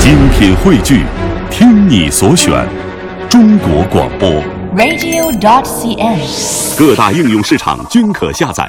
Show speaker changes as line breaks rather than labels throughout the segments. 精品汇聚，听你所选，中国广播。
radio.cn。
各大应用市场均可下载。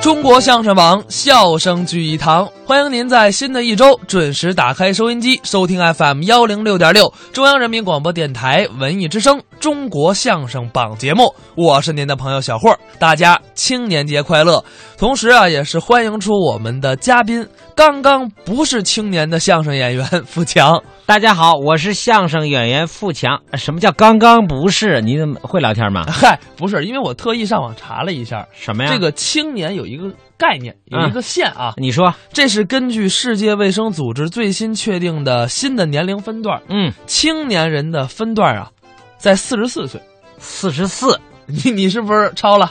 中国相声榜，笑声聚一堂。欢迎您在新的一周准时打开收音机，收听 FM 幺零六点六，中央人民广播电台文艺之声《中国相声榜》节目。我是您的朋友小霍，大家青年节快乐！同时啊，也是欢迎出我们的嘉宾，刚刚不是青年的相声演员付强。
大家好，我是相声演员付强。呃什么叫刚刚不是？你怎么会聊天吗？
嗨，不是，因为我特意上网查了一下，
什哎么呀？
呃这个青年有一个概念，有一个线啊。
你说，
这是根据世界卫生组织最新确定的新的年龄分段，
嗯，
青年人的分段啊，在四十四岁。
四十四，呃
你你是不是超了？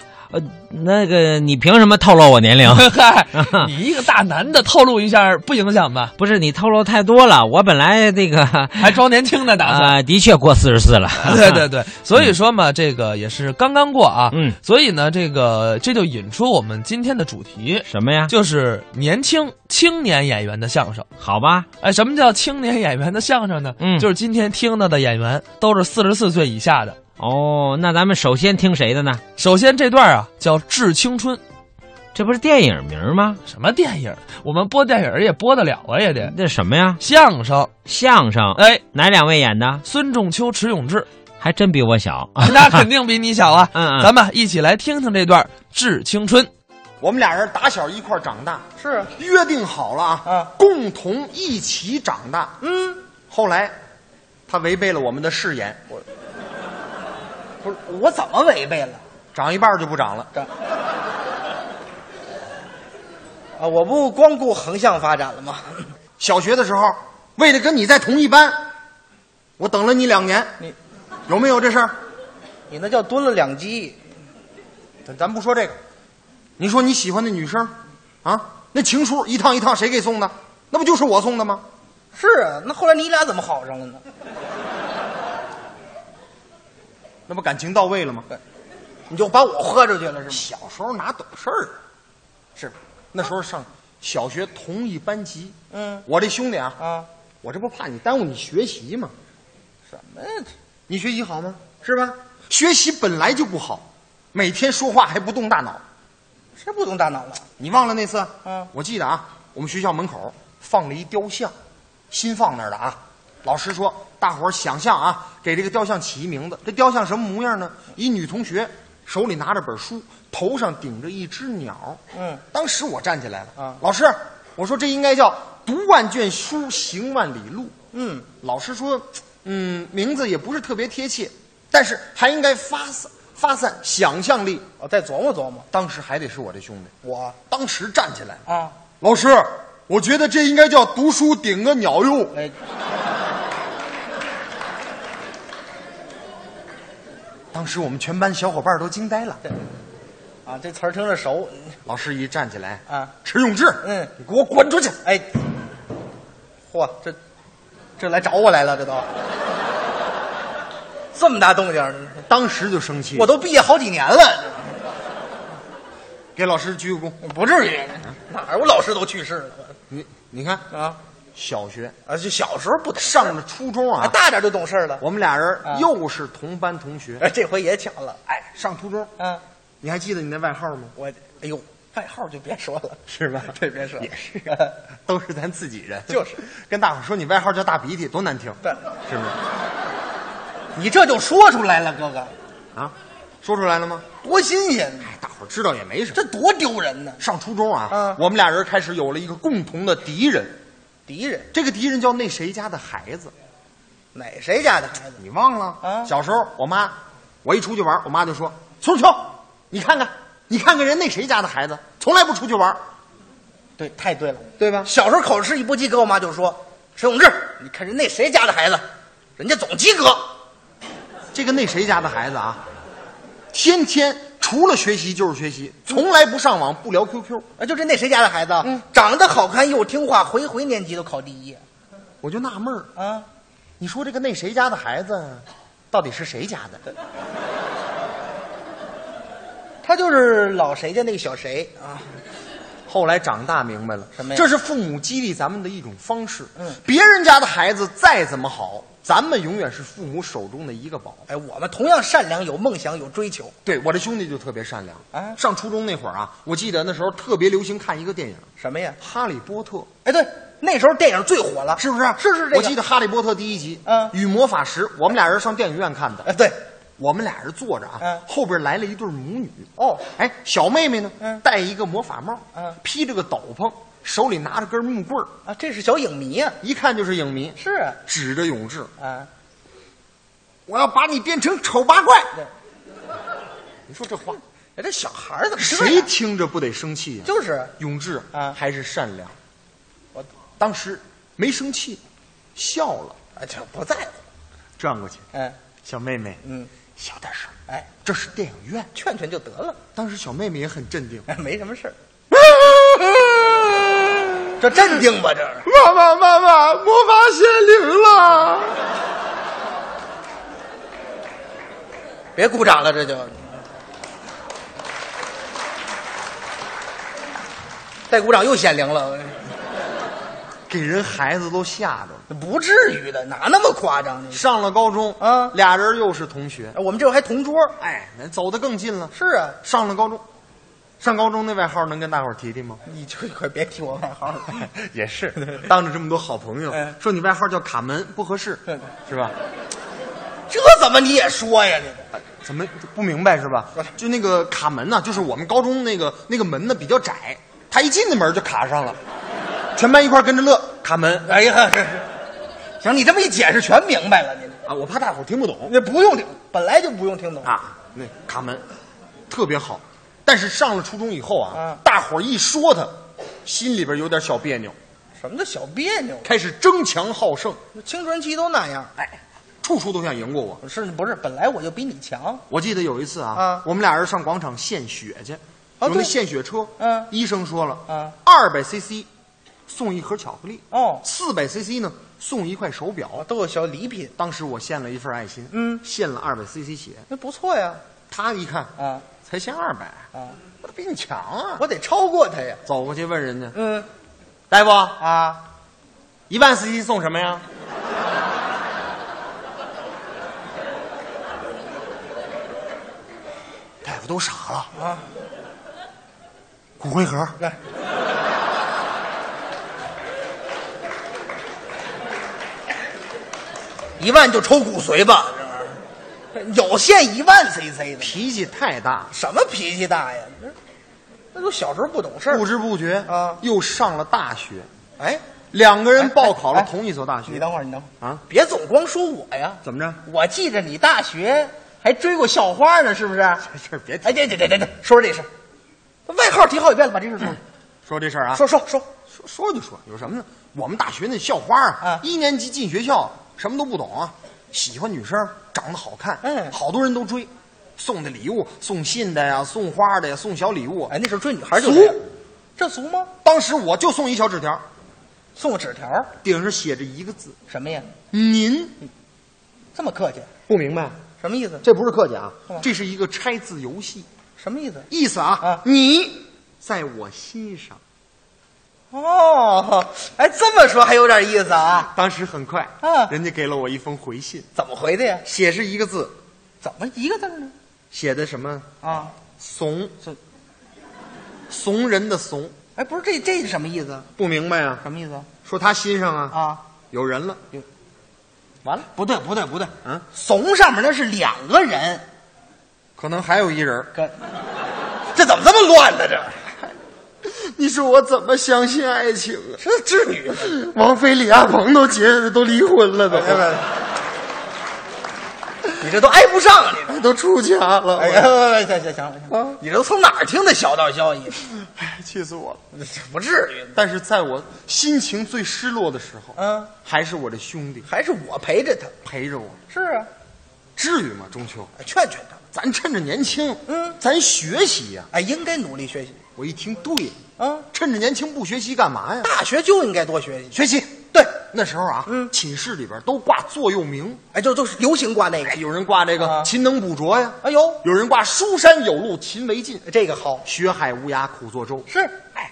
那个你凭什么透露我年 龄？
嗨，你一个大男的透露一下不影响吧？
不是你透露太多了，我本来这个啊、
还装年轻的打算？
的确过四十四了。
对对对，所以说嘛，这个也是刚刚过啊。
嗯，
所以呢，这个这就引出我们今天的主题，
什么呀？
就是年轻青年演员的相声。
好吧，
哎，什么叫青年演员的相声呢？
嗯
就是今天听到的演员都是四十四岁以下的。
哦，那咱们首先听谁的呢？
首先这段啊叫《致青春》，
这不是电影名吗？
什么电影？我们播电影也播得了啊，也得
这什么呀？
相声。
相声？
哎，
哪两位演的？
孙仲秋、迟 永志，
还真比我小。
那肯定比你小啊。
嗯嗯
咱们一起来听听这段《致青春》。
我们俩人打小一块儿长大，是啊，约定好了啊，共同一起长大。嗯，后来他违背了我们的誓言，我
不是我怎么违背了
长一半就不长了。
啊？我不光顾横向发展了吗？
小学的时候，为了跟你在同一班，我等了你两年，
你
有没有这事儿？
你那叫蹲了两鸡，
咱咱不说这个，你说你喜欢的女生，啊，那情书一趟一趟谁给送的？那不就是我送的吗？
是啊。那后来你俩怎么好上了呢？
那不感情到位了吗？
你就把我豁出去了是吗？
小时候哪懂事儿啊，是吧那时候上小学同一班级，
嗯
我这兄弟啊，
啊，
我这不怕你耽误你学习吗？
什么呀？
你学习好吗？是吧？学习本来就不好，每天说话还不动大脑。
谁不懂大脑了？
你忘了那次？
嗯
我记得啊，我们学校门口放了一雕像，新放那儿的啊。老师说，大伙儿想象啊，给这个雕像起一名字。这雕像什么模样呢？一女同学手里拿着本书，头上顶着一只鸟。
嗯，
当时我站起来了。
啊
老师，我说这应该叫“读万卷书，行万里路”。
嗯，
老师说，嗯，名字也不是特别贴切，但是还应该发散发散想象力。
我哦再琢磨琢磨。
当时还得是我这兄弟，
我
当时站起来，
啊，
老师，我觉得这应该叫读书顶个鸟用。
哎，
当时我们全班小伙伴都惊呆了。
啊，这词儿听着熟。
老师一站起来，
啊，
迟永志，
嗯
你给我滚出去！
哎，嚯，这这来找我来了，这都这么大动静儿，
当时就生气，
我都毕业好几年了，
给老师鞠个躬。
不至于哪儿？我老师都去世了
你你看，
我啊。
小学
啊，就小时候不懂事儿
上了初中
啊，
啊，
大点就懂事儿了。
我们俩人
啊
又是同班同学。
哎，这回也巧了。哎，
上初中，
啊，
你还记得你那外号吗？
我哎呦，外号就别说了，
是吧
这别说了，
也是， 都是咱自己人。
啊就是
跟大伙儿说你外号叫大鼻涕，多难听，
对
是不是？
你这就说出来了，哥哥，
啊，说出来了吗？哎
多新鲜呢！
大伙儿知道也没什么。
这多丢人呢！
上初中啊，
嗯
我们俩人开始有了一个共同的敌人，
敌人
这个敌人叫那谁家的孩子，
哪谁家的孩子？
你忘了？
啊
小时候我妈，我一出去玩，我妈就说：“孙秋，你看看，你看看人那谁家的孩子，从来不出去玩，
对，太对了。
对吧
小时候口试一不及格，我妈就说：“石永志，你看人那谁家的孩子，人家总及格。
这个那谁家的孩子啊，天天除了学习就是学习，从来不上网，不聊 QQ。”
啊，就这那谁家的孩子，嗯长得好看又听话，回回年级都考第一
我就纳闷儿，
啊！
你说这个那谁家的孩子，到底是谁家的？
他就是老谁家那个小谁啊，
后来长大明白了，
什么呀
这是父母激励咱们的一种方式。嗯，别人家的孩子再怎么好，咱们永远是父母手中的一个宝。
哎，我们同样善良，有梦想，有追求。
对，我这兄弟就特别善良。
啊
上初中那会儿啊，我记得那时候特别流行看一个电影
什么呀？
《哈利波特》，
哎，对，那时候电影最火了，
是不是？
是是这个
我记得《哈利波特》第一集，
嗯
与魔法石，我们俩人上电影院看的。
哎，对，
我们俩人坐着啊，
嗯
后边来了一对母女。
哦
哎，小妹妹呢，
嗯
戴一个魔法帽，
嗯
披着个斗篷，手里拿着根木棍儿，
啊，这是小影迷呀、
一看就是影迷，
是啊，
指着永志，
啊，
我要把你变成丑八怪。
对
你说这话，
哎这小孩儿怎么这
谁
样？
听着不得生气呀、
就是
永志
啊
还是善良，
我，
当时没生气，笑了，
哎，这不在乎。
转过去，
嗯
小妹妹，
嗯，
小点声，
哎，
这是电影院。
劝劝就得了，
当时小妹妹也很镇定，
哎没什么事儿。这镇定吧，这是
妈妈妈妈，魔法显灵了！
别鼓掌了，这就。再鼓掌又显灵了，
给人孩子都吓着了。
不至于的，哪那么夸张呢？
上了高中，
啊
俩人又是同学，
我们这会儿还同桌，
哎，那走得更近了。
是啊，
上了高中，上高中那外号能跟大伙儿提提吗？
你就快别提我外号了，
也是， 哎当着这么多好朋友
嗯，
说你外号叫卡门不合适
嗯，
是吧？
这怎么你也说呀？你
怎么不明白是吧？就那个卡门呢、就是我们高中那个那个门呢比较窄，他一进那门就卡上了，全班一块儿跟着乐卡门
哎呀，这是，行，你这么一解释全明白了，你
啊！我怕大伙儿听不懂，
那不用听，本来就不用听懂。
啊，那卡门特别好，但是上了初中以后啊，
啊
大伙儿一说他，心里边有点小别扭，
什么叫小别扭？
开始争强好胜，
青春期都那样。哎，
处处都想赢过我。
是不是？本来我就比你强。
我记得有一次啊，
啊
我们俩人上广场献血去，
啊
有那
对
献血车，
嗯
医生说了，
啊
二百 CC 送一盒巧克力，
哦
四百 CC 呢送一块手表。
都有小礼品，
当时我献了一份爱心，
嗯
献了二百 CC 血，
那不错呀。
他一看
啊，
才献二百
啊，
我比你强啊！
我得超过他呀。
走过去问人家
嗯
大夫，
啊，
一万 CC 送什么呀？ 大夫都傻了
啊！
骨灰盒，
来，一万就抽骨髓吧，这玩意儿有限一万 CC 的，
脾气太大，
什么脾气大呀？这那都小时候不懂事
不
儿。
知不觉
啊
又上了大学。
哎，
两个人报考了
哎哎
同一所大学。
你等会儿，你等会儿
啊，
别总光说我呀。
怎么着？
我记着你大学还追过校花呢，是不是？
这事儿别提
哎，对对对对对，说说这事儿，外号提好几遍了，把这事儿说了、
说这事嗯儿啊，
说说说，
说说就说，有什么呢？我们大学那校花啊
啊，
一年级进学校什么都不懂啊，喜欢女生，长得好看，
嗯
好多人都追，送的礼物，送信的呀，送花的呀，送小礼物。
哎，那时候追女孩就
俗
这样，这俗吗？
当时我就送一小纸条，
送个纸条，
顶上写着一个字
什么呀？
“您
这么客气，”，
不明白？
什么意思？
这不是客气啊
干，嘛
这是一个拆字游戏，
什么意思？
意思啊，
啊
你在我心上。
哦，哎，这么说还有点意思啊？
当时很快，
啊
人家给了我一封回信，
怎么回的呀？
写是一个字，
怎么一个字儿呢？
写的什么
啊，
怂
是，
怂人的怂，
哎，不是这这是什么意思？
不明白啊？
什么意思
说他心上啊
啊？
有人了，
完了，不对不对不对，
嗯，
怂上面那是两个人。
可能还有一人儿。
干，这怎么这么乱呢？这
你说我怎么相信爱情啊？
这织女，
王菲、李亚鹏都结都离婚
哎
了，都、
你这都挨不上啊！你
都出家了，
哎呀，行行行
啊
了，你这都从哪儿听的小道消 息？
哎气死我了！
这不至于，
但是在我心情最失落的时候，
嗯，
还是我这兄弟
还是我陪着他。
陪着我，
是啊，
至于吗？中秋，
劝劝他。
咱趁着年轻，
嗯
咱学习呀、
哎，应该努力学习
我一听，对，
啊！
趁着年轻不学习干嘛呀？
大学就应该多学习。
学习。
对，
那时候啊，
嗯
寝室里边都挂座右铭，
哎，就都是流行挂那个
哎，。有人挂这个“
啊
勤能补拙”呀，
哎呦，
有人挂“书山有路勤为径
这个好”，
学海无涯苦作舟。
是哎，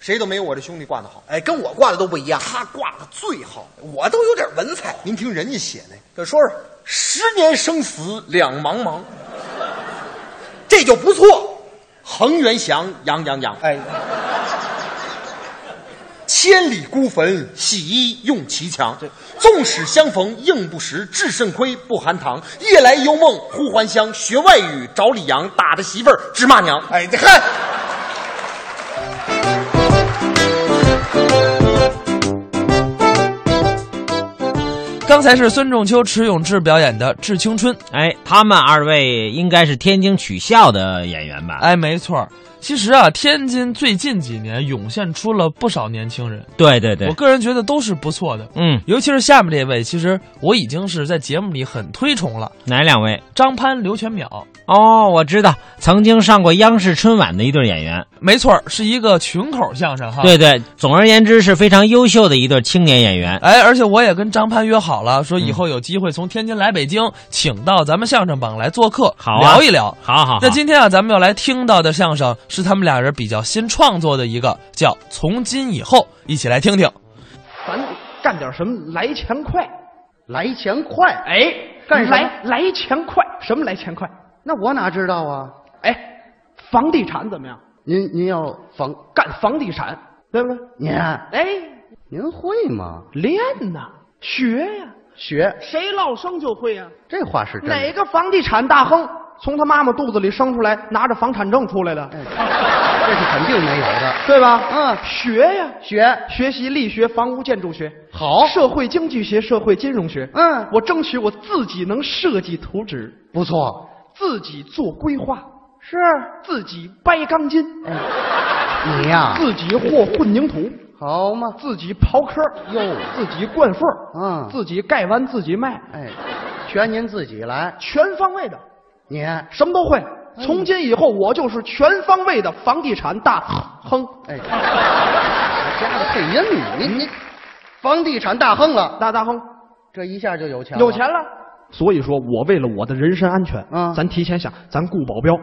谁都没有我这兄弟挂的好。
哎，跟我挂的都不一样，
他挂的最好，
我都有点文采。
您听人家写的，
就说说，
十年生死两茫茫，
这就不错。
恒源祥洋洋洋，
哎，
千里孤坟，洗衣用其强。纵使相逢应不识，至肾亏不含糖。夜来幽梦忽还乡，学外语找李阳，打他媳妇儿直骂娘。
哎，这看，
刚才是孙仲秋、迟永志表演的《致青春》。
哎，他们二位应该是天津曲校的演员吧？
哎，没错儿。其实啊，天津最近几年涌现出了不少年轻人，
对对对
我，个人觉得都是不错的。
嗯，
尤其是下面这位，其实我已经是在节目里很推崇了。
哪两位？
张潘、刘全淼，
哦，我知道，曾经上过央视春晚的一对演员。
没错儿，是一个群口相声哈。
对对，总而言之是非常优秀的一对青年演员。
哎，而且我也跟张潘约好了，说以后有机会从天津来北京，请到咱们相声榜来做客，
好啊
聊一聊。
好好好，
那今天啊，咱们要来听到的相声是他们俩人比较新创作的一个，叫《从今以后》，一起来听听。
咱干点什么来钱快？
来钱快，
哎，
干什么
来来钱快？什么来钱快？
那我哪知道啊？
哎，房地产怎么样？
您您要防，
干房地产，对不对？
您啊
哎，
您会吗？
练呐，学呀，
学
谁落生就会呀。
这话是真
哪
的，
个房地产大亨从他妈妈肚子里生出来，拿着房产证出来的，
哎这是肯定没有的。
对吧？
嗯
学呀，
学
学习力学、房屋建筑学，
好
社会经济学、社会金融学。
嗯
我争取我自己能设计图纸，
不错，
自己做规划，
是
自己掰钢筋，
你呀，
自己和混凝土，
好嘛，
自己刨坑，
哟
自己灌缝，
嗯
自己盖完自己卖，
哎，全您自己来，
全方位的，
您
什么都会。从今以后，我就是全方位的房地产大亨。
哎，加的配音呢，您您房地产大亨了，
嗯大大亨，
这一下就有钱了，
有钱了。所以说我为了我的人身安全，
嗯
咱提前想，咱雇保镖，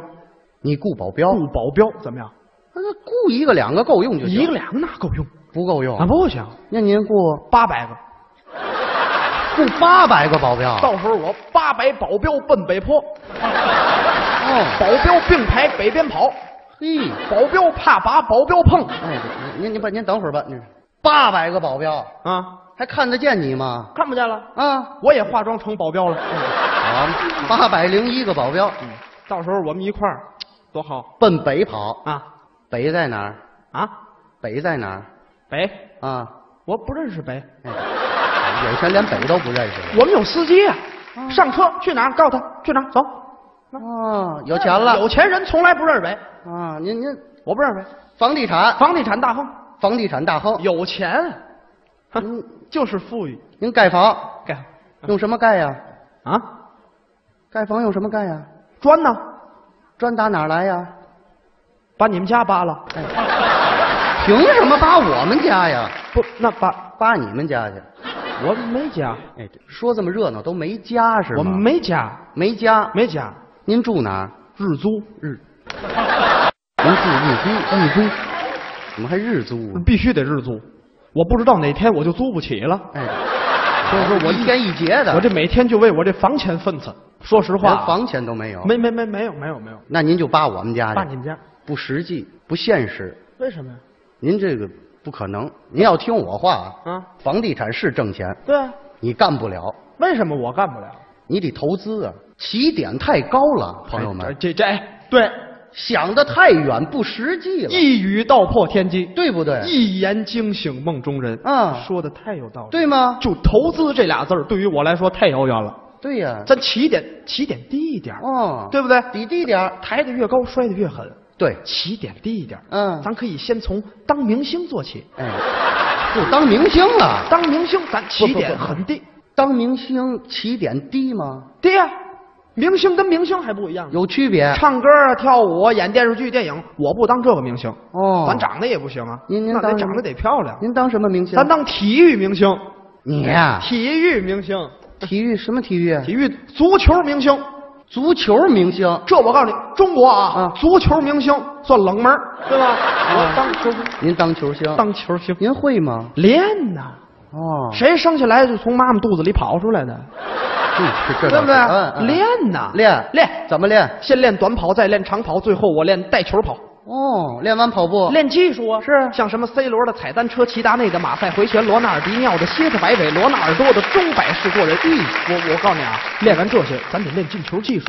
你雇保镖，
雇保镖怎么样？
那雇一个两个够用就行，
一个两个那够用，
不够用
那，不行，
那您雇
八百个。
雇八百个保镖，
到时候我八百保镖奔北坡，
哦，
保镖并排北边跑，
嘿。
保镖怕把保镖碰
哎，您您您不您等会儿吧，您八百个保镖
啊，
还看得见你吗？
看不见了，
啊，
我也化妆成保镖了。
好，八百零一个保镖
到时候我们一块儿，多好
奔北跑，
啊
北在哪儿？
啊！
北在哪儿？
北，
啊，
我不认识北，
哎有钱连北都不认识了。
我们有司机呀、上车去哪儿？告诉他去哪儿走。
啊，有钱了
有钱人从来不认识北，
啊！您您
我不认识北，
房地产
房地产大亨，
房地产大亨，
有钱，哼
嗯，
就是富裕。
您盖房
干
用什么盖呀？
啊，
盖房用什么盖呀？
砖呢？
砖打哪儿来呀？
把你们家扒了？
凭什么扒我们家呀？
不，那把
扒你们家去？
我没家，
哎，说这么热闹都没家是吗？
我没家，
没家，
没家，
您住哪儿？
日租
日，您住日租，日租，怎么还日租啊？
必须得日租，我不知道哪天我就租不起了。
哎，
所以说我
一天一节的，
嗯我这每天就为我这房钱愤懑。说实话
哎连
啊，
房钱都没有。哎
没没没没有没有没有，
那您就扒我们家去，
爸你们家
不实际，不现实，
为什么呀？
您这个不可能。您要听我话啊，
啊，
房地产是挣钱，
对啊，
你干不了，
为什么我干不了？
你得投资啊，起点太高了，朋友
哎
们，
这这哎对，
想的太远，不实际了，
一语道破天机，
对不对？
一言惊醒梦中人。
啊
说的太有道理。
对吗？
就投资这俩字儿，对于我来说太遥远了。
对呀，
咱起点起点低一点儿，
哦
对不对？
比嗯低点儿，
抬得越高，摔得越狠。
对，
起点低一点儿，
嗯
咱可以先从当明星做起。
哎，就当明星了。
当明星，咱起点很低，
当明星起点低吗？
低呀、明星跟明星还不一样呢，
有区别。
唱歌啊、跳舞啊、演电视剧、电影，我不当这个明星，
哦
咱长得也不行啊，
您您
那得
当
长得得漂亮，
您当什么明星？
咱当体育明星，
你呀、
体育明星，
体育什么体育？啊
体育足球明星，
足球明星，
这我告诉你，中国啊，
啊
足球明星算冷门儿，对吧？我当球星
您当球星，
嗯当球星，
您会吗？
练呐，
哦，
谁生下来就从妈妈肚子里跑出来的，
这这嗯嗯
对啊不对？
嗯
练呐，
练
练，
怎么练？
先练短跑，再练长跑，最后我练带球跑。
哦，练完跑步，
练技术啊，是像什么 C 罗的踩单车、齐达内的马赛回旋、罗纳尔迪尼奥的蝎子摆尾、罗纳尔多的钟摆式过人。嗯，我我告诉你啊，练完这些，咱得练进球技术，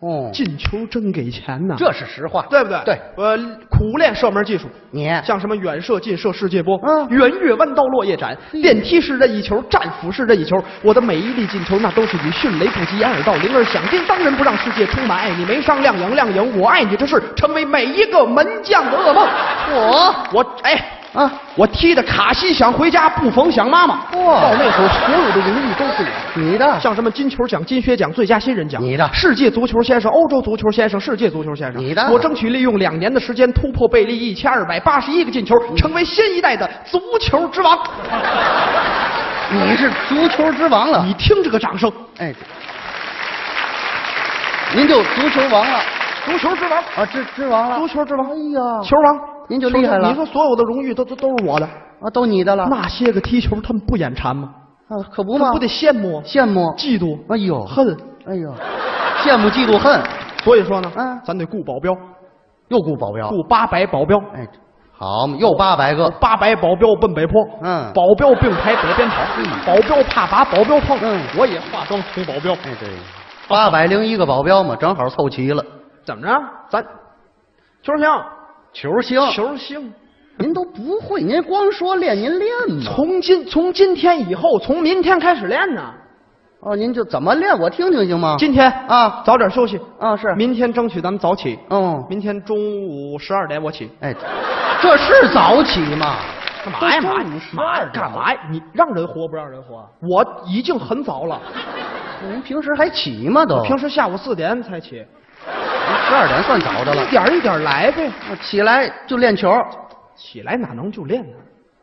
哦，
进球真给钱呐、
这是实话，
对不对？
对，
呃，苦练射门技术，
你
像什么远射、近射、世界波，
嗯
圆月弯刀、落叶斩、电梯式任意球、战斧式任意球，我的每一粒进球那都是以迅雷不及掩耳盗铃而响叮当，人不让世界充满爱你，没商量，杨亮赢，我爱你这事成为每一个门将的噩梦。
我
我哎
啊，
我踢的卡西想回家，不逢想妈妈。
哇
到那会儿所有的荣誉都是我的。
你的
像什么金球奖、金靴奖、最佳新人奖，
啊你的
世界足球先生、欧洲足球先生、世界足球先生，
你的
我争取利用两年的时间突破贝利一千二百八十一个进球，成为新一代的足球之王。
你是足球之王了
你，听这个掌声，
哎，您就足球王了
足球之王，
啊，之之王了，
足球之王，
哎呀，
球王，
您就厉害了
球王你说所有的荣誉都都都是我的，
啊，都你的了，
那些个踢球他们不眼馋吗？
啊可不
他
嘛，
们不得羡慕啊、
羡慕，
嫉妒、
哎呦，，
恨？
哎呦，羡慕嫉妒恨，
所以说呢，
嗯
咱得顾保镖，
又雇保镖，
顾八百保镖，
哎，好嘛，又八百个，
呃哦八百保镖奔北坡，
嗯
保镖并排北边跑，保镖怕把保镖碰，
嗯
我也化妆成保镖，
哎对，八百零一个保镖嘛，正好凑齐了。
怎么着？咱球星，
球星，
球星，
您都不会，您光说练，您练吗？
从今从今天以后，从明天开始练呢，
哦，您就怎么练，我听听行吗？
今天
啊
早点休息，
啊是，
明天争取咱们早起，
嗯，
明天中午十二点我起，
哎，这是早起吗？
干嘛呀
都
妈
中午
呀
十
妈
二
呀
点
干嘛呀？你让人活不让人活啊？哦我已经很早了，
您平时还起吗都？
平时下午四点才起，
十二点算早的了
一。点儿一点儿来呗。
啊起来就练球。
起来哪能就练呢？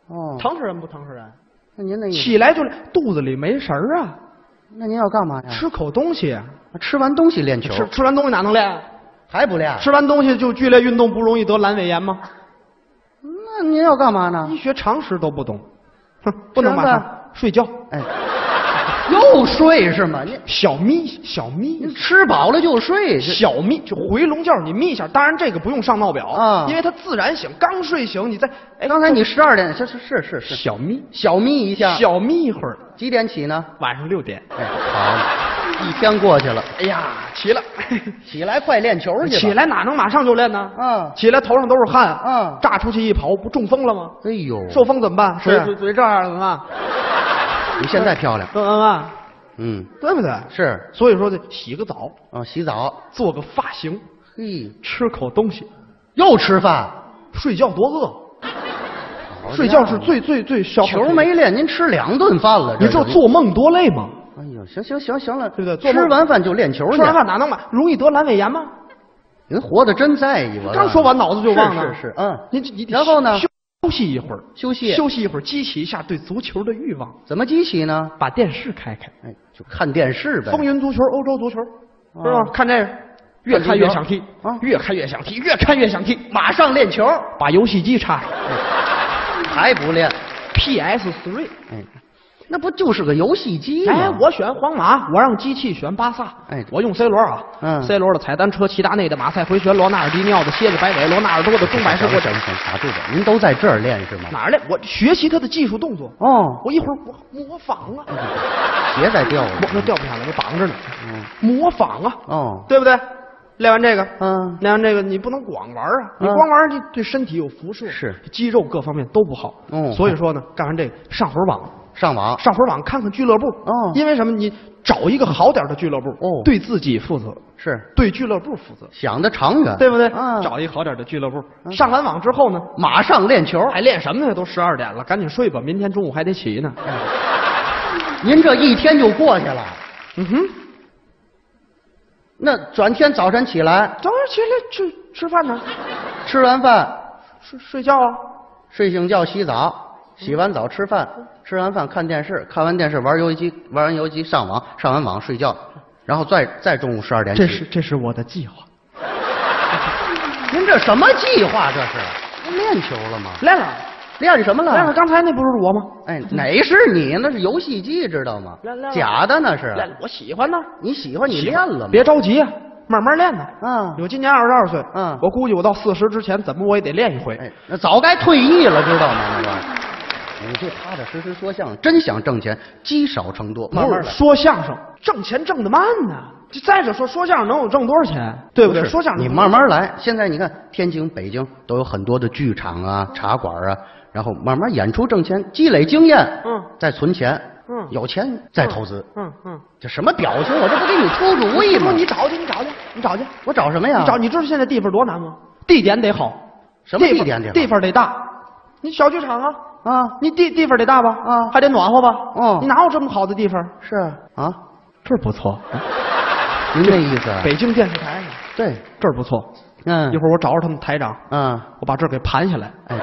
哦，
疼死人不疼死人？
那您那意思
起来就练，肚子里没食儿啊，
那您要干嘛呀？
吃口东西啊，
吃完东西练球，
吃吃完东西哪能练啊？
还不练？
吃完东西就剧烈运动，不容易得阑尾炎吗？
那您要干嘛呢
医？学常识都不懂，哼，不能马
吃完
上睡觉，
哎，又睡是吗？您
小眯小眯
您吃饱了就睡，这
小眯就回笼觉，你眯一下。当然这个不用上闹表
啊
因为它自然醒，刚睡醒你再哎，
刚才你十二点，是啊是是是是，
小眯
小眯一下，
小眯一会儿，
几点起呢？
晚上六点，
哎，好，一天过去了，
哎呀，齐了。
起来快练球去吧。
起，来哪能马上就练呢？
嗯
起来头上都是汗，
嗯
炸出去一跑，不中风了吗？
哎呦，
受风怎么办？
是
嘴嘴嗯嘴这样怎么办？
你现在漂亮，
怎么办？
嗯，
对不对？
是
所以说得洗个澡，
啊，洗澡，
做个发型，
嘿，
吃口东西，
又吃饭，
睡觉多饿，睡觉是最最最消耗体力
球没练，您吃两顿饭了，
你知道
就。
做梦多累吗？
哎呦，行行行行了，
对不对做梦
吃完饭就练球去。
吃完饭哪能买？容易得阑尾炎吗？
您活得真在意我。
刚说完脑子就忘了。
是是是，嗯，
你你你
然后呢
休休息一会儿，
休息
休息一会儿，激起一下对足球的欲望，
怎么激起呢？
把电视开开。
哎，就看电视呗。
风云足球、欧洲足球，
啊
是吧？看这个，越看越想踢
啊
越看越想踢，越看越想踢，
马上练球，
把游戏机插上
还不练？
，PS Three。
哎，那不就是个游戏机吗？
哎，我选皇马，我让机器选巴萨。
嗯哎
我用 C 罗啊，
嗯
，C 罗的踩单车，齐达内的马赛回旋，罗纳尔迪尼奥的蝎子摆尾，罗纳尔多的中摆式
哎行
过
行
程
行，，打住吧，您都在这儿练是吗？
哪儿来？我学习他的技术动作，
哦，
我一会儿我模仿啊，
鞋在掉了
我。那掉不下来，我绑着呢，模仿啊，
嗯哦，
对不对？练完这个，
嗯
练完这个你不能光玩啊，
嗯
你光玩你对身体有辐射，
是
肌肉各方面都不好。
嗯
所以说呢，干完这个上会儿网，
上网。
上会儿网看看俱乐部。
哦
因为什么？你找一个好点儿的俱乐部，
哦
对自己负责，
是
对俱乐部负责，
想的长远，
对不对？
嗯，
找一个好点儿的俱乐部。上完网之后呢，
马上练球。
还练什么呢？都十二点了，赶紧睡吧，明天中午还得起呢。
您这一天就过去了，
嗯哼，
那转天早晨啊起来，
早点起来吃吃饭呢，
吃完饭
睡睡觉啊。
睡醒觉洗澡，洗完澡吃饭，吃完饭看电视，看完电视玩游戏机，玩完游戏机上网，上完网睡觉，然后再再中午十二点起。
这是这是我的计划。
您这什么计划？这是练球了吗？
亮亮，
练什么了？
亮亮，刚才那不是我吗？
哎，哪是你？那是游戏机，知道吗
来来？来
假的那
亮亮
是。，啊
我喜欢呢。
你喜欢你练了吗？
别着急啊，慢慢练呢。
嗯
我今年二十二岁，
嗯
我估计我到四十之前，怎么我也得练一回。
哎，那早该退役了，知道吗？那个，
嗯
你就踏踏实实说相声，真想挣钱，积少成多，慢慢
不
来
是。说相声挣钱挣得慢呢。就再者说，说相声能有挣多少钱，对不对？
是
说相声
你慢慢来。现在你看，天津、北京都有很多的剧场啊、茶馆啊，然后慢慢演出挣钱，积累经验，
嗯
再存钱，
嗯
有钱再投资，
嗯嗯，
这什么表情？我这不给你出主意吗？
你找去，你找去，你找去，
我找什么呀？
你找。你知道现在地方多难吗？哎地点得好，
什么
地
地点得好
方地方得大，你小剧场啊，
啊
你地地方得大吧？
啊
还得暖和吧？
嗯
你哪有这么好的地方？
是啊，
这儿不错，
您这意思啊？
北京电视台
对，
这儿不错。
嗯，
一会儿我找着他们台长，
嗯，
我把这儿给盘下来，
哎，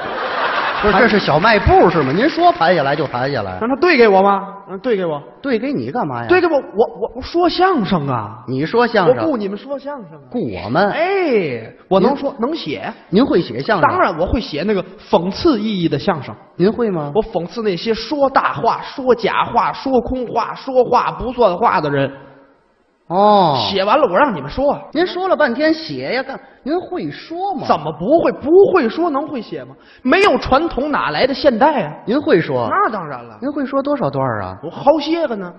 不是这是小卖部是吗？您说盘下来就盘下来
让，他兑给我吗？嗯，兑给我，
对给你干嘛呀？
兑给我，我我我说相声啊，
你说相
我
声，
雇你们说相声啊。
雇我们，
哎，我能
您
说能写，
您会写相声？
当，然我会写那个讽刺意义的相声。
您会吗？
我讽刺那些说大话、说假话、说空话、说话不算话的人。
哦，
写完了，我让你们说啊，
您说了半天写呀，干您会说吗？
怎？么不会？不会说能会写吗？没有传统哪来的现代啊？
您会说？
那当然了，
您会说多少段啊？
我好些个呢。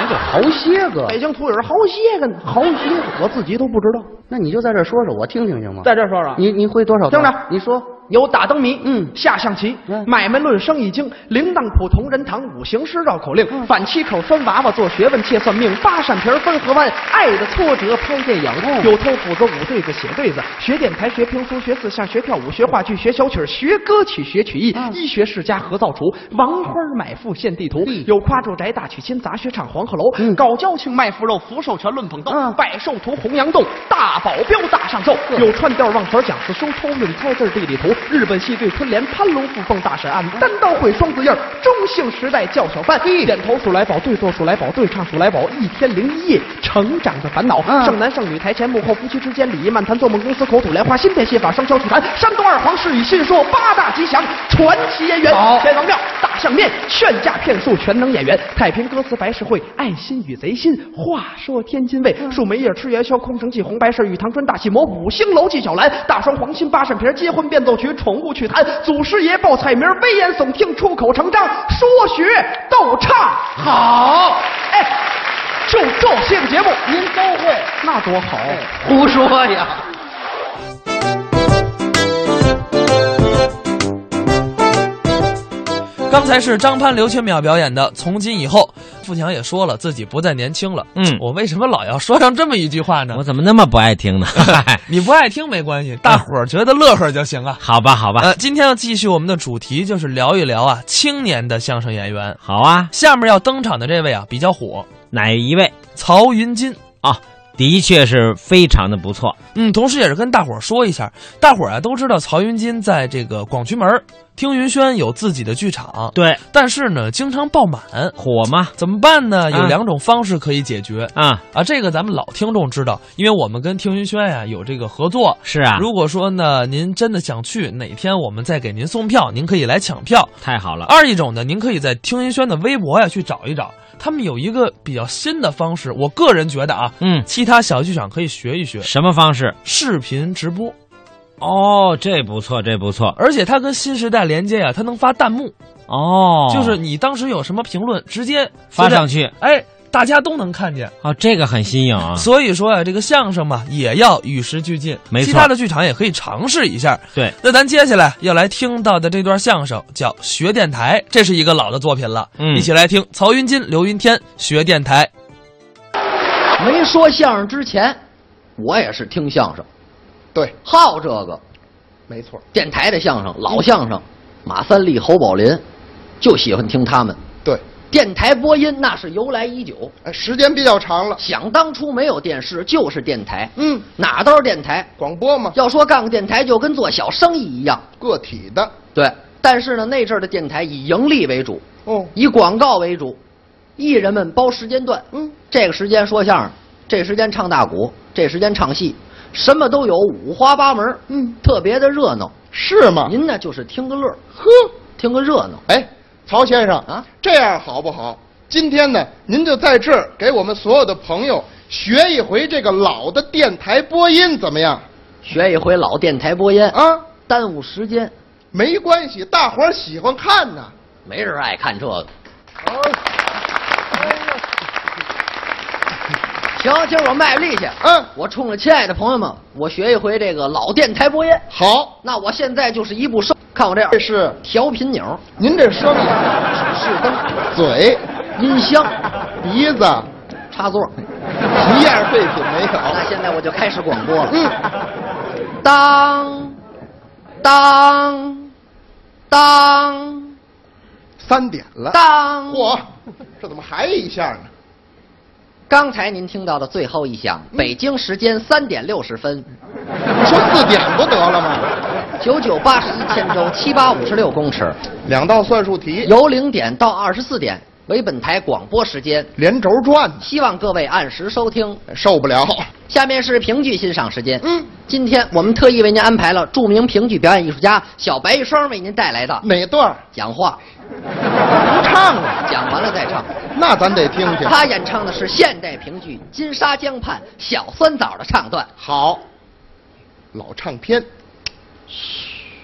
您就好些个，
北京土语儿好些个呢，好些个，我自己都不知道。
那你就在这说说，我听听行吗？
在这儿说说，
哦
啊
你你会多少段？
听着
你说
有打灯谜，
嗯
下象棋，
嗯
买卖论生意经，铃铛谱同仁堂，五行诗绕口令，
嗯
反七口拴娃娃，做学问切算命，八扇皮儿分河湾，爱的挫折拍电影，
嗯
有偷斧子舞对子写对子，学电台学评书学四项学跳舞学话剧学小曲儿学歌曲学曲艺，
嗯
医学世家合造厨，王花儿买赋献地图，
嗯
有夸住宅大曲亲杂学唱黄鹤楼，搞交情卖腐肉福寿全论捧逗，
嗯
百寿图洪阳洞大保镖大上奏，有串调忘词儿讲四书偷论猜字儿地理图，日本戏对春联攀龙附凤大审案，
嗯
单刀会双字印儿中性时代叫小贩，点头数来宝对坐数来宝对唱数来宝，一天零一夜成长的烦恼，
嗯
剩男剩女台前幕后夫妻之间礼仪漫谈做梦公司口吐莲花新变戏法生肖趣谈，山东二皇是以信说八大吉祥传奇演员
好
天王庙大相面炫诈骗术全能演员太平歌词白事会爱心与贼心话说天津卫树梅叶吃元宵空城计红白事玉堂春大戏魔五星楼纪晓岚大双黄心八扇屏结婚变奏曲宠物趣谈祖师爷报菜名危言耸听出口成章说学逗唱好哎，就这些个节目您都会那多好。啊
胡说呀？
刚才是张潘刘千淼表演的《从今以后》，富强也说了自己不再年轻了。
嗯
我为什么老要说上这么一句话呢
我？怎么那么不爱听 呢？
你不爱听没关系，大伙儿觉得乐呵就行啊。
好吧，好吧，
呃，今天要继续我们的主题，就是聊一聊啊青年的相声演员。
好啊，
下面要登场的这位啊比较火，
哪一位
曹云金。
啊？的确是非常的不错。
嗯，同时也是跟大伙儿说一下，大伙儿啊都知道曹云金在这个广渠门儿听云轩有自己的剧场，
对，
但是呢经常爆满，
火吗？
怎么办呢？有
啊
两种方式可以解决。
啊，
啊，这个咱们老听众知道，因为我们跟听云轩呀、有这个合作。
是啊，
如果说呢，您真的想去，哪天我们再给您送票，您可以来抢票。
太好了。
二一种呢，您可以在听云轩的微博呀、去找一找，他们有一个比较新的方式，我个人觉得啊，
嗯，
其他小剧场可以学一学
什么方式？
视频直播，
哦，这不错，这不错。
而且它跟新时代连接呀、它能发弹幕，
哦，
就是你当时有什么评论，直接
发上，去。
哎，大家都能看见。
哦，这个很新颖啊。
所以说啊，这个相声嘛，也要与时俱进。
没错
其他的剧场也可以尝试一下。
对，
那咱接下来要来听到的这段相声叫《学电台》，这是一个老的作品了。
嗯
一起来听曹云金、刘云天《学电台》。
没说相声之前，我也是听相声，
对，
好这个
没错，
电台的相声，老相声，马三立、侯宝林，就喜欢听他们。
对，
电台播音那是由来已久，
哎，时间比较长了，
想当初没有电视，就是电台，
嗯，
哪都是电台。
广播嘛，
要说干个电台，就跟做小生意一样，
个体的，
对。但是呢，那阵儿的电台以盈利为主，
哦，
以广告为主，艺人们包时间段，嗯，这个时间说相声，这时间唱大鼓，这时间唱戏，什么都有，五花八门，嗯，特别的热闹。
是吗？
您呢，就是听个乐儿，
呵，
听个热闹。
哎，曹先生
啊
这样好不好？今天呢，您就在这儿给我们所有的朋友学一回这个老的电台播音，怎么样？
学一回老电台播音，
啊，
耽误时间，
没关系，大伙儿喜欢看呢。
没人爱看这个。行，今儿我卖力气，
嗯
我冲着亲爱的朋友们，我学一回这个老电台播音。
好，
那我现在就是一步收，看我这样，
这是
调频钮、
您这声音，
是灯、
嘴、
音箱、
鼻子，
插座。
一样废品没
那
有。嗯
现在我就开始广播了。当当当
三点了，
当！
嚯，这怎么还一下呢？
刚才您听到的最后一响，
嗯
北京时间三点六十分，
说四点不得了吗？
九九八十一千周七八五十六公尺，
两道算术题，
由零点到二十四点为本台广播时间，
连轴转呢，
希望各位按时收听。
受不了。
下面是评剧欣赏时间。嗯，今天我们特意为您安排了著名评剧表演艺术家小白玉生为您带来的
哪段儿
讲话，
不唱了？
讲完了再唱。
那咱得听听。
他演唱的是现代评剧《金沙江畔》小酸枣的唱段。
好，老唱片，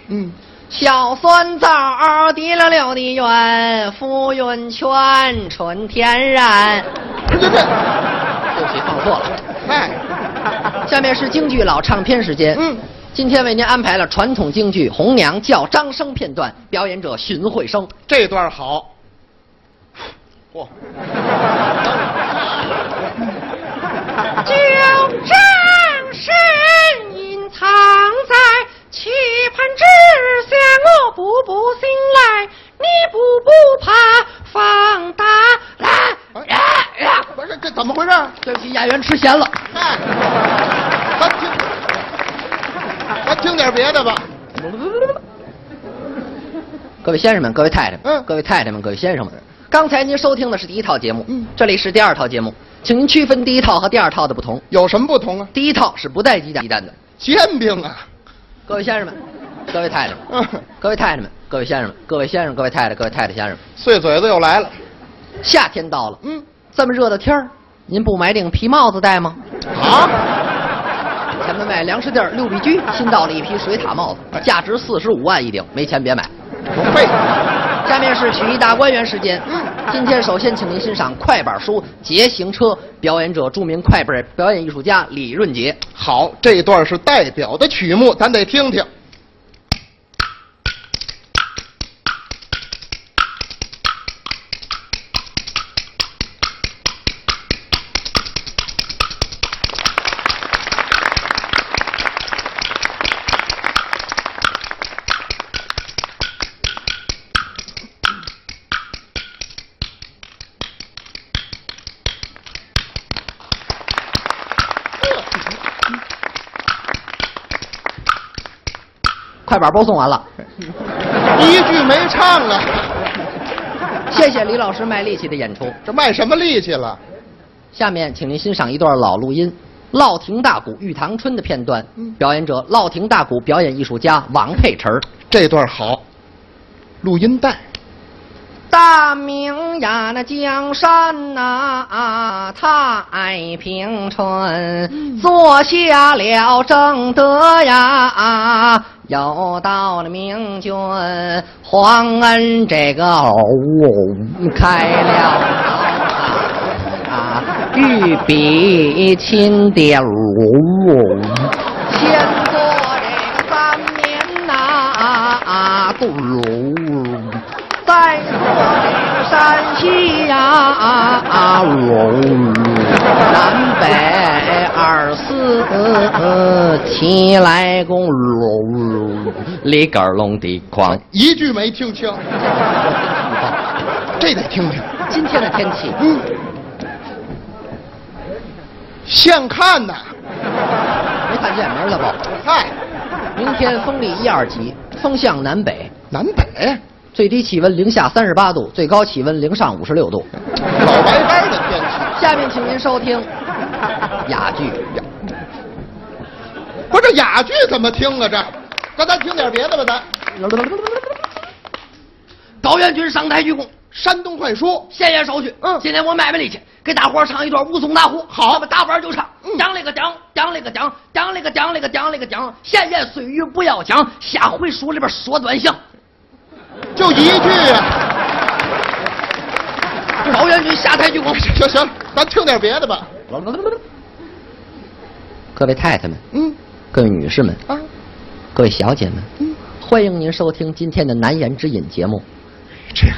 嗯
小酸枣儿滴溜溜的圆，浮云圈纯天然。
这这这，
对不起，放错了。
哎，
下面是京剧老唱片时间。
嗯，
今天为您安排了传统京剧《红娘叫张生》片段，表演者荀慧生。
这段好。 嚯，
就将身隐藏在棋盘之下，我步步醒来，你步步怕放大来。
不是哎这怎么回事？
对不起，演员吃咸了。
哎，咱听，咱听点别的吧。
各位先生们，各位太太们，
嗯
各位太太们，各位先生们，刚才您收听的是第一套节目，
嗯
这里是第二套节目，请您区分第一套和第二套的不同。
有什么不同啊？
第一套是不带鸡蛋鸡蛋的。
煎饼啊，
各位先生们，各位太太们，
嗯，
各位太太们，各位先生们，各位先生，各位太太，各位太太先生们，
碎嘴子又来了。
夏天到了，
嗯，
这么热的天儿，您不买顶皮帽子戴吗？
啊，
前门外粮食店六必居新到了一批水獭帽子，价值四十五万一顶，没钱别买。
废。
下面是曲艺大观园时间。今天首先请您欣赏快板书《捷行车》，表演者著名快板表演艺术家李润杰。
好，这段是代表的曲目，咱得听听。
快板播送完了，
一句没唱啊，
谢谢李老师卖力气的演出。
这卖什么力气了？
下面请您欣赏一段老录音《烙亭大鼓玉堂春》的片段，
嗯
表演者烙亭大鼓表演艺术家王佩宸。
这段好，录音带。
大明呀，那江山呐、太平春，坐下了正德呀，有道了明君皇恩这个偶开了刀啊，御笔亲点炉，先做这个三年呐、啊，杜鲁。在座这个山西呀、啊，啊南北二四齐来公，里格隆的狂。
一句没听清，这得听听，
今天的天气，
嗯现看呐！
没看见明儿了吧？
嗨，
明天风力一二级，风向南北，
南北
最低气温零下三十八度，最高气温零上五十六度。
老白干的天气。
下面请您收听 哑剧。
不是这哑剧怎么听啊？这，那咱听点别的吧，咱。
高元军上台鞠躬，
山东快书，
献言首曲。嗯，今天我买卖力气，给大伙儿唱一段武松打虎。好，咱们打板就唱。当了个当，当了个当，当了个当，了个当，了个当。闲言碎语不要讲，下回书里边说端详。
就一句呀、
高元军下台鞠躬。
行行，咱听点别的吧。
各位太太们，
嗯，
各位女士们，
啊，嗯
各位小姐们，欢迎您收听今天的难言之隐节目。
这个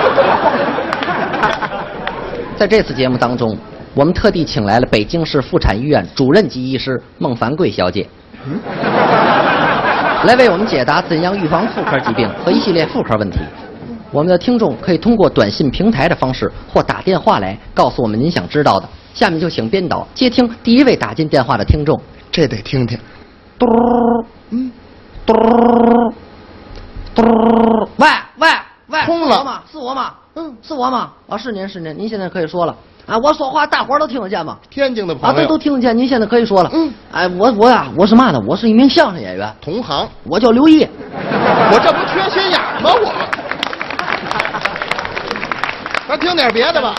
在这次节目当中，我们特地请来了北京市妇产医院主任级医师孟凡贵小姐，来为我们解答怎样预防妇科疾病和一系列妇科问题。我们的听众可以通过短信平台的方式或打电话来告诉我们您想知道的。下面就请编导接听第一位打进电话的听众。
这得听听。
嘟，
嗯，
嘟，嘟，
喂喂喂，
通了
是我吗？是我吗？嗯，是我吗？
啊，是您是您，您现在可以说了。啊，我说话大伙儿都听得见吗？
天津的朋
啊，
友，
都都听得见，您现在可以说了。
嗯，
哎，我我呀、我是嘛呢？我是一名相声演员，
同行。
我叫刘毅。
我这不缺心眼儿吗？我。咱听点别的吧。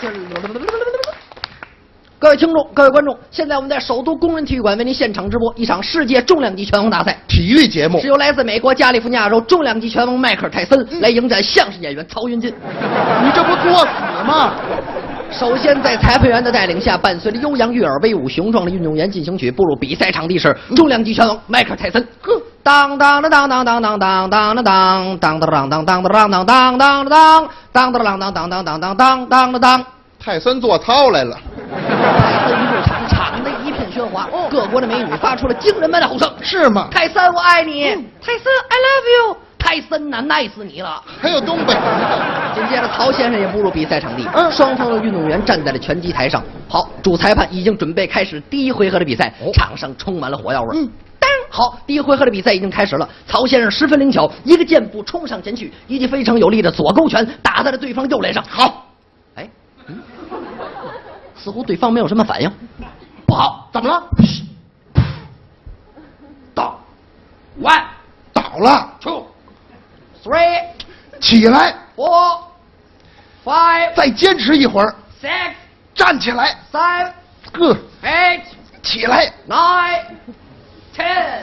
各位听众，各位观众，现在我们在首都工人体育馆为您现场直播一场世界重量级拳王大赛，
体育节目
是由来自美国加利福尼亚州重量级拳王迈克尔·泰森来迎战相声演员曹云金。
你这不作死吗？
首先，在裁判员的带领下，伴随着悠扬悦耳、威武雄壮的运动员进行曲，步入比赛场地是重量级拳王迈克尔·泰森。当当当当当当当当当当当当当当当当当当当当当当当当当当当当当当当。
泰森做操来了，
泰森一入场，场内一片喧哗，各国的美女发出了惊人般的吼嗯声。
是吗？
泰森，我爱你。
泰森，I love you。
泰森呐，爱死你了！
还有东北的，
紧接着，曹先生也步入比赛场地。嗯，双方的运动员站在了拳击台上。好，主裁判已经准备开始第一回合的比赛，场上充满了火药味。哦嗯，当好，第一回合的比赛已经开始了。曹先生十分灵巧，一个箭步冲上前去，一记非常有力的左勾拳打在了对方右脸上。好，哎，嗯，似乎对方没有什么反应，不好，
怎么了？
到，one
倒了，
two three
起来，
four five
再坚持一会儿，
six
站起来，
seven
呵，
eight
起来，
nine, ten。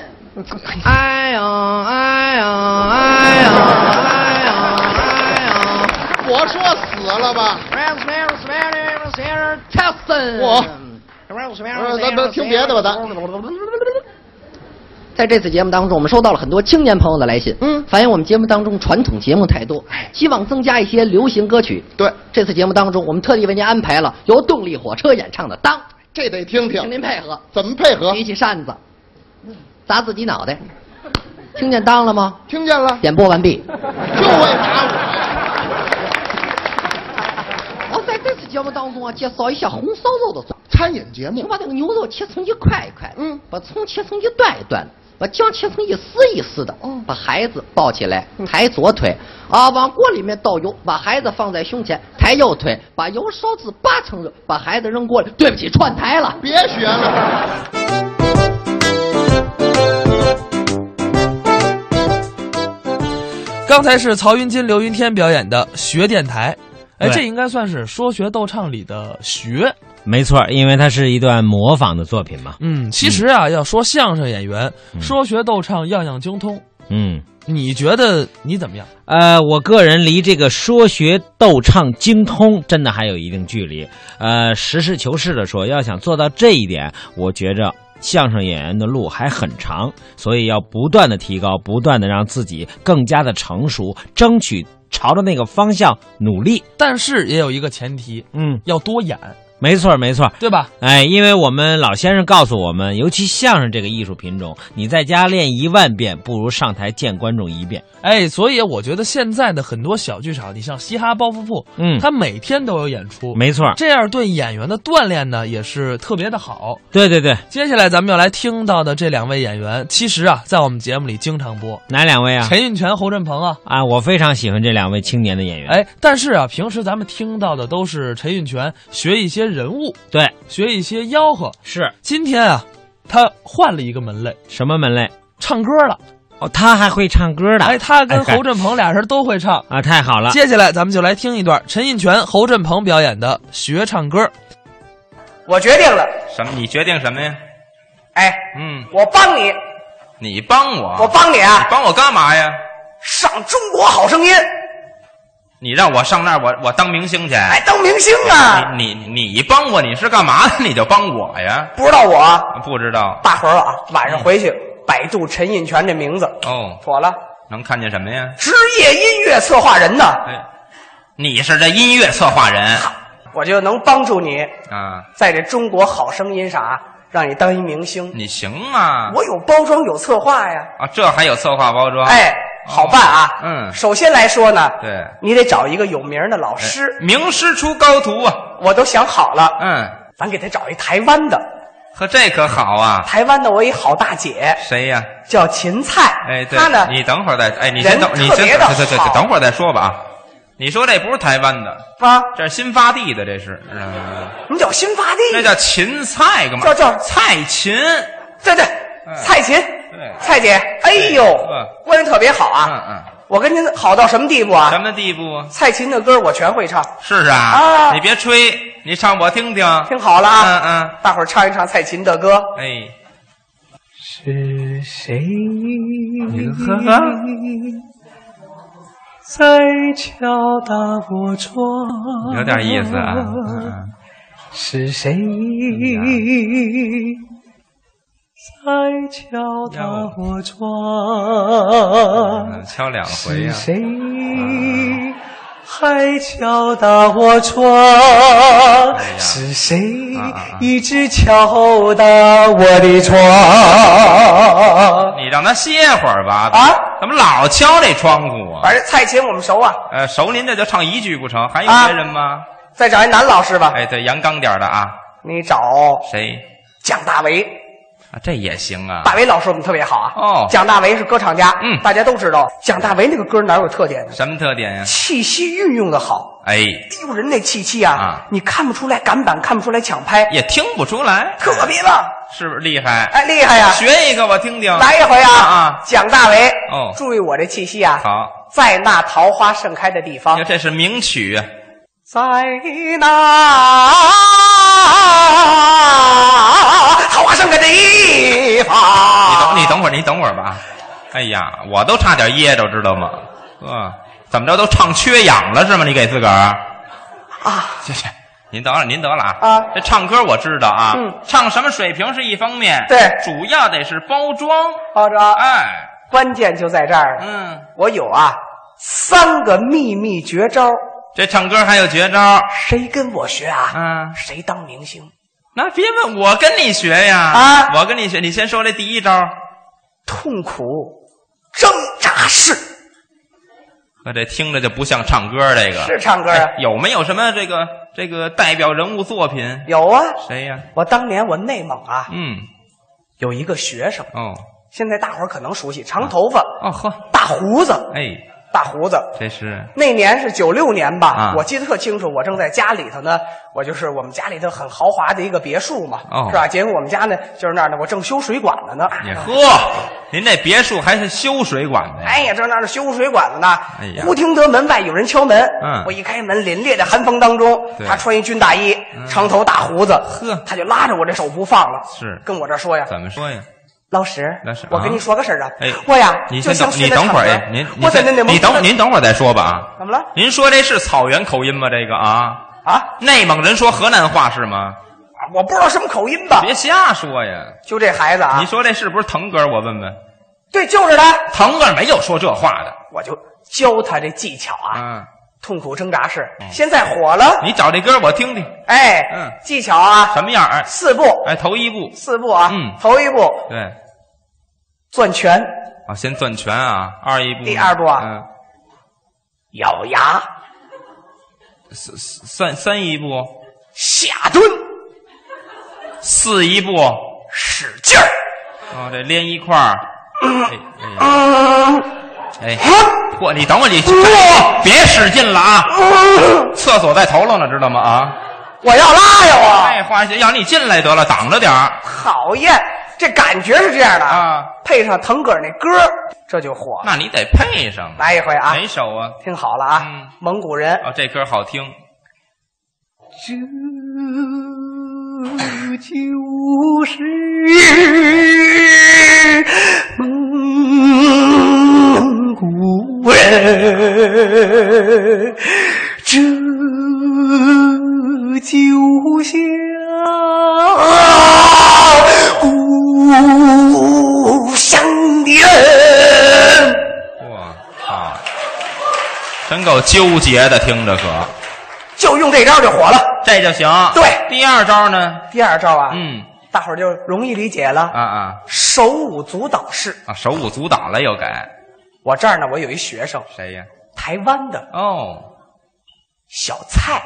哎呦哎呦哎呦哎呦哎呦！
我说死了吧？
我
我，咱咱听别的吧咱
在这次节目当中，我们收到了很多青年朋友的来信，
嗯哎
反映我们节目当中传统节目太多，希望增加一些流行歌曲。
对，
这次节目当中，我们特地为您安排了由动力火车演唱的《当》，
这得听
请
听，
您配合，
怎么配合
提？起扇子，砸自己脑袋，听见“当”了吗？
听见了，
点播完毕。
就会打我。
我哦在这次节目当中啊，介绍一下红烧肉的做法。
餐饮节
请
目
把这个牛肉切成一块一块，
嗯
把葱切成一段一段的，把姜切成一丝一丝的，
哦
嗯，把孩子抱起来，
嗯
抬左腿，啊，往锅里面倒油，把孩子放在胸前，抬右腿，把油烧至八成热，把孩子扔锅里。对不起，串台了。
别学了，
刚才是曹云金、刘云天表演的《学电台》，哎，
对
这应该算是说学逗唱里的学。
没错，因为它是一段模仿的作品嘛。
嗯，其实啊，要说相声演员，说学逗唱样样精通。
嗯，
你觉得你怎么样？
呃，我个人离这个说学逗唱精通真的还有一定距离。呃，实事求是的说，要想做到这一点，我觉着相声演员的路还很长，所以要不断的提高，不断的让自己更加的成熟，争取朝着那个方向努力。
但是也有一个前提，
嗯，
要多演。
没错，没错，
对吧？
哎，因为我们老先生告诉我们，尤其相声这个艺术品种，你在家练一万遍，不如上台见观众一遍。
哎，所以我觉得现在的很多小剧场，你像嘻哈包袱铺，
嗯
它每天都有演出，
没错
这样对演员的锻炼呢也是特别的好。
对对对，
接下来咱们要来听到的这两位演员，其实啊，在我们节目里经常播，
哪两位啊？
陈印泉、侯振鹏啊。
啊，我非常喜欢这两位青年的演员。
哎，但是啊，平时咱们听到的都是陈印泉学一些人物，
对，
学一些吆喝。
是，
今天啊，他换了一个门类，
什么门类？
唱歌了。
哦，他还会唱歌的。
哎，他跟
哎
侯振鹏俩人都会唱。
啊，太好了。
接下来咱们就来听一段陈印泉、侯振鹏表演的学唱歌。
我决定了，
什么？你决定什么呀？
哎，
嗯，
我帮你，
你帮我，
我帮你啊
你帮我干嘛呀？
上中国好声音，
你让我上那儿，我我当明星去。
哎，当明星啊！
你你你你帮我，你是干嘛的？你就帮我呀？
不知道我啊
不知道嗯
大伙儿啊，晚上回去百度陈印泉这名字，
哦，
妥了。
能看见什么呀？
职业音乐策划人呢，
哎，你是这音乐策划人
我就能帮助你
啊？
在这中国好声音上啊，让你当一明星。
你行吗？
我有包装，有策划呀，
啊，这还有策划包装？哦
哎，好办啊。
嗯，
首先来说呢，
对，哎
你得找一个有名儿的老师，
名师出高徒啊。
我都想好了，
嗯，
咱给他找一台湾的。
呵，这可好啊！
台湾的我有一好大姐
谁呀？
叫芹菜，
哎，对
她呢，
你等会儿再，哎，你
人
先等，你
特
先
别
等，
的
对对
好
对，等会儿再说吧啊。你说这不是台湾的，
啊，
这是新发地的，这是，嗯，
你叫新发地，
那叫芹菜嗯干嘛？
叫叫
蔡琴，
对对，蔡琴，
对，
蔡姐，哎呦，关系特别好啊，
嗯
我跟您好到什么地步啊？
什么地步啊？
蔡琴的歌我全会唱，
是啊，
啊
你别吹，你唱我听听，
听好了啊，
嗯嗯，
大伙儿唱一唱蔡琴的歌，
哎，
是谁
呵呵啊
在敲打我窗？
有点意思
嗯
啊，
是谁在敲打我窗？
嗯敲两回
是
呀，
谁还敲打我窗？是谁一直敲打我的窗？
你让他歇会儿吧，
啊，
怎么老敲这窗户啊？
反正蔡琴我们熟啊，
呃，熟您这就唱一句不成，还有
啊
别人吗？
再找一男老师吧，
哎，对，阳刚点儿的啊，
你找
谁
蒋大为。
啊？这也行啊，
大为老师我们特别好啊！
哦
蒋大为是歌唱家，嗯，大家都知道蒋大为那个歌哪有特点呢？
什么特点呀？
气息运用的好，
哎，
哎呦，人那气息啊，你看不出来赶板，看不出来抢拍，
也听不出来，
特别棒，
是不是厉害？
哎，厉害呀！
学一个我听听，
来一回啊！
啊！
蒋大为，
哦
注意我这气息啊！
好，
在那桃花盛开的地方，
这是名曲，啊
在那
啊
桃花盛开的地方，
你等你等会儿，你等会儿吧。哎呀，我都差点噎着，知道吗？哥，怎么着都唱缺氧了是吗？你给自个儿啊？谢谢。您等会儿，您得了啊！啊，这唱歌我知道啊，
嗯
唱什么水平是一方 面，
对
主要得是包装。
包装，
哎，
关键就在这儿。
嗯，
我有啊三个秘密绝招，
这唱歌还有绝招，
谁跟我学啊？
嗯，
谁当明星？
那别问我跟你学呀！
啊，
我跟你学，你先说这第一招。
痛苦挣扎式
那这听着就不像唱歌，这个
是唱歌 啊
哎有没有什么这个这个代表人物作品？
有啊。
谁呀？
我当年我内蒙啊，
嗯，
有一个学生
哦，
现在大伙儿可能熟悉，长头发，
哦呵，
大胡子，
哎，
大胡子。
这是
那年是九六年吧，
啊
我记得特清楚。我正在家里头呢，我就是我们家里头很豪华的一个别墅嘛，
哦
是吧？结果我们家呢就是那儿呢，我正修水管子呢。啊
你呵，您这别墅还是修水管的呀？
哎呀，正那儿修水管子呢，
哎呀
忽听得门外有人敲门。
嗯
我一开门，凛冽的寒风当中，
对嗯
他穿一军大衣，长头大胡子，呵，他就拉着我这手不放了，
是
跟我这说呀
怎么说呀？：“
老石，
那是
我跟你说个事儿啊，
哎，
我呀
你
就
先等，你
想学他
等
唱
会儿，
歌
哎，您您
我在
先
那内蒙
你
古的
等您等会儿再说吧啊。
怎么了？
您说这是草原口音吗？这个啊
啊，
内蒙人说河南话是吗？
我不知道什么口音吧？
别瞎说呀！
就这孩子啊，
你说这是不是腾格尔？我问问，
对，就是他，
腾格尔没有说这话的。
我就教他这技巧啊。
嗯，
痛苦挣扎式，现在火了。
你找这歌我听听，
哎，嗯，技巧啊，
什么样？哎，
四步，
哎，头一步，
四步啊，
嗯
头一步
对，
攥拳，
啊，先攥拳啊，二一步，
第二步啊
嗯，
咬牙
三三三一步，
下蹲，
四一步，
使劲儿，
啊，这连一块儿，哎哎呀
嗯，
哎，嚯！你等会儿，你别使劲了啊！厕所在头了呢，知道吗？啊！
我要拉呀我！
哎，花姐，让你进来得了，挡着点儿。
讨厌，这感觉是这样的啊，配上腾格尔那歌，这就火了。
那你得配上，
来一回啊，
哪首啊？
听好了啊，蒙古人，
哦，这歌好听。
这就是蒙古人，这就像故乡的人。
啊，真够纠结的，听着可。
就用这招就火了。
这就行。
对，
第二招呢？
第二招啊，
嗯，
大伙儿就容易理解了
啊啊
手舞足蹈式。
啊！手舞足蹈了又改，
我这儿呢，我有一学生，
谁呀？
台湾的
哦，
小蔡，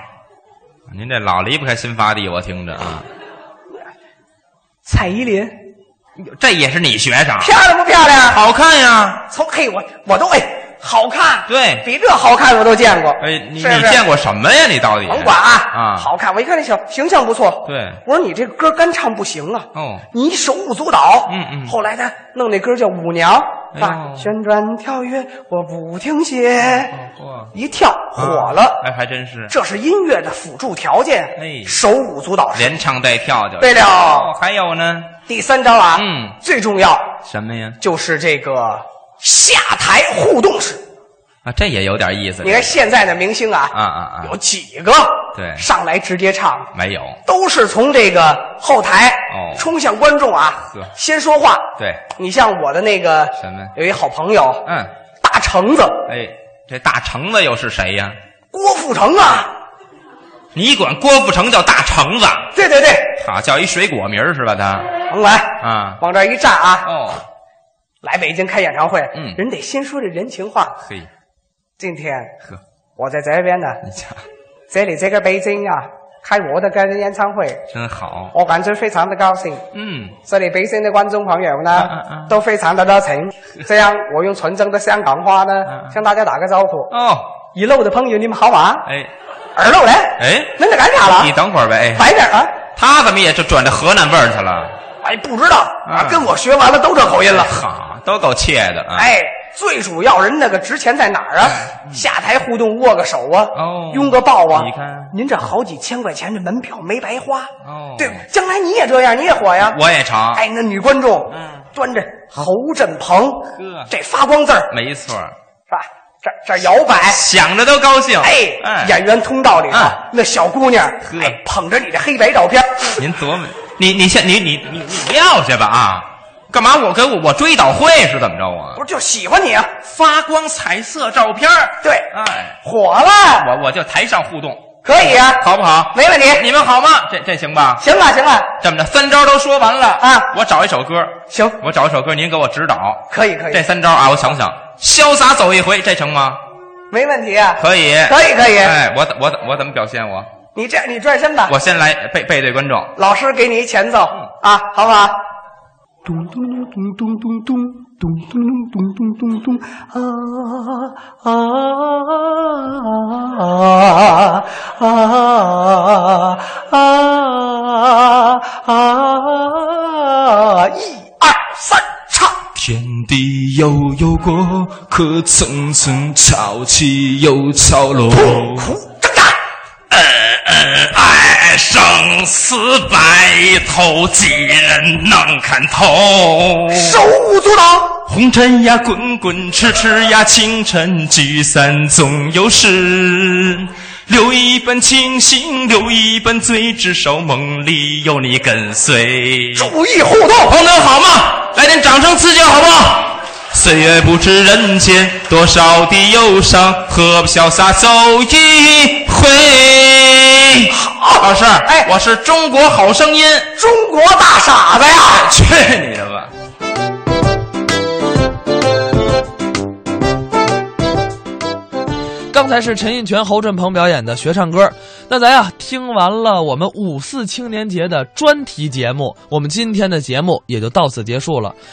您这老离不开新发地，我听着啊。
蔡依林，
这也是你学生？
漂亮不漂亮？
好看呀！
从嘿，我我都哎，好看，
对，
比这好看我都见过。
哎，你
是不是
你见过什么呀？你到底？
甭管啊，
啊
好看！我一看这小形象不错，
对，
我说你这歌干唱不行啊，
哦，
你手舞足蹈。
嗯嗯
后来呢，弄那歌叫《舞娘》
哎呦
啊，旋转跳跃，我不停歇，
哦嚯，
一跳火了。
哎，还真是。
这是音乐的辅助条件，
哎
手舞足蹈。
连唱带跳就。
对了
哦还有呢？
第三招啊，
嗯，
最重要
什么呀？
就是这个下台互动式。
啊，这也有点意思。
你看现在的明星啊，
啊啊啊！
有几个
对，
上来直接唱，
没有？
都是从这个后台
哦
冲向观众啊
呵，
先说话。
对，
你像我的那个
什么呀？
有一好朋友，
嗯，
大橙子
哎，这大橙子又是谁呀？
郭富城啊，
你管郭富城叫大橙子，
对对对，
好叫一水果名儿是吧？他
甭管
啊，
往这儿一站啊，
哦，
来北京开演唱会，
嗯
人得先说这人情话。
嘿，
今天
呵，
我在这边呢，
你瞧，
这里这个北京啊，开我的个人演唱会，
真好，
我感觉非常的高兴。
嗯，
这里北京的观众朋友呢，
啊啊啊
都非常的热情。这样，我用纯正的香港话呢，向大家打个招呼。
啊哦，
一路的朋友，你们好啊吗？
哎
二路嘞，
哎，
恁这干啥了
你等会儿呗，哎
快点啊！
他怎么也就转到河南味儿去了？
哎，不知道
啊，
啊
哎
跟我学完了都这口音了。
好，都够怯的啊！，哎
哎，最主要人那个值钱在哪儿啊？下台互动，握个手啊，
哦
拥个抱啊。
你看，
您这好几千块钱的门票没白花，
哦，
对，将来你也这样，你也火呀。
我也尝，
哎，那女观众，
嗯，
端着侯振鹏
呵，
这发光字儿
没错儿，
是吧？这这摇摆，
想着都高兴。
哎，
哎，
演员通道里头
嗯
那小姑娘，哎，捧着你这黑白照片，
您琢磨，你你先你你你你撂下吧啊！干嘛我跟我我追悼会是怎么着啊
不？是就喜欢你啊？
发光彩色照片儿
对，
哎，
火了，
我我就台上互动，
可以啊，
好不好？
没问题。
你们好吗？这这行吧？
行啊，行啊，
这么着，三招都说完了
啊
我找一首歌，
行，
我找一首歌，您给我指导。
可以可以
这三招啊，我想想，潇洒走一回，这成吗？
没问题啊。
可以，
可以可以
哎，我怎我怎我怎么表现我？
你这你转身吧，
我先来背背对观众，
老师给你一前奏啊，好不好？
咚咚咚咚咚咚咚咚咚咚咚咚咚啊啊啊啊啊啊啊！一二三，唱。
天地悠悠过，可层层潮起又潮落。痛苦
呃爱生死白头，几人能看透？
手舞足蹈，
红尘呀，滚滚痴痴呀，情尘聚散总有时。留一半清醒，留一半醉，至少梦里有你跟随。
注意互动，
朋友们好吗？来点掌声刺激好不好？
岁月不知人间多少的忧伤，何不潇洒走一回？好，老师，哎，我是中国好声音，
中国大傻子呀！
去你的吧！
刚才是陈印泉、侯振鹏表演的学唱歌。那咱呀，听完了我们五四青年节的专题节目，我们今天的节目也就到此结束了。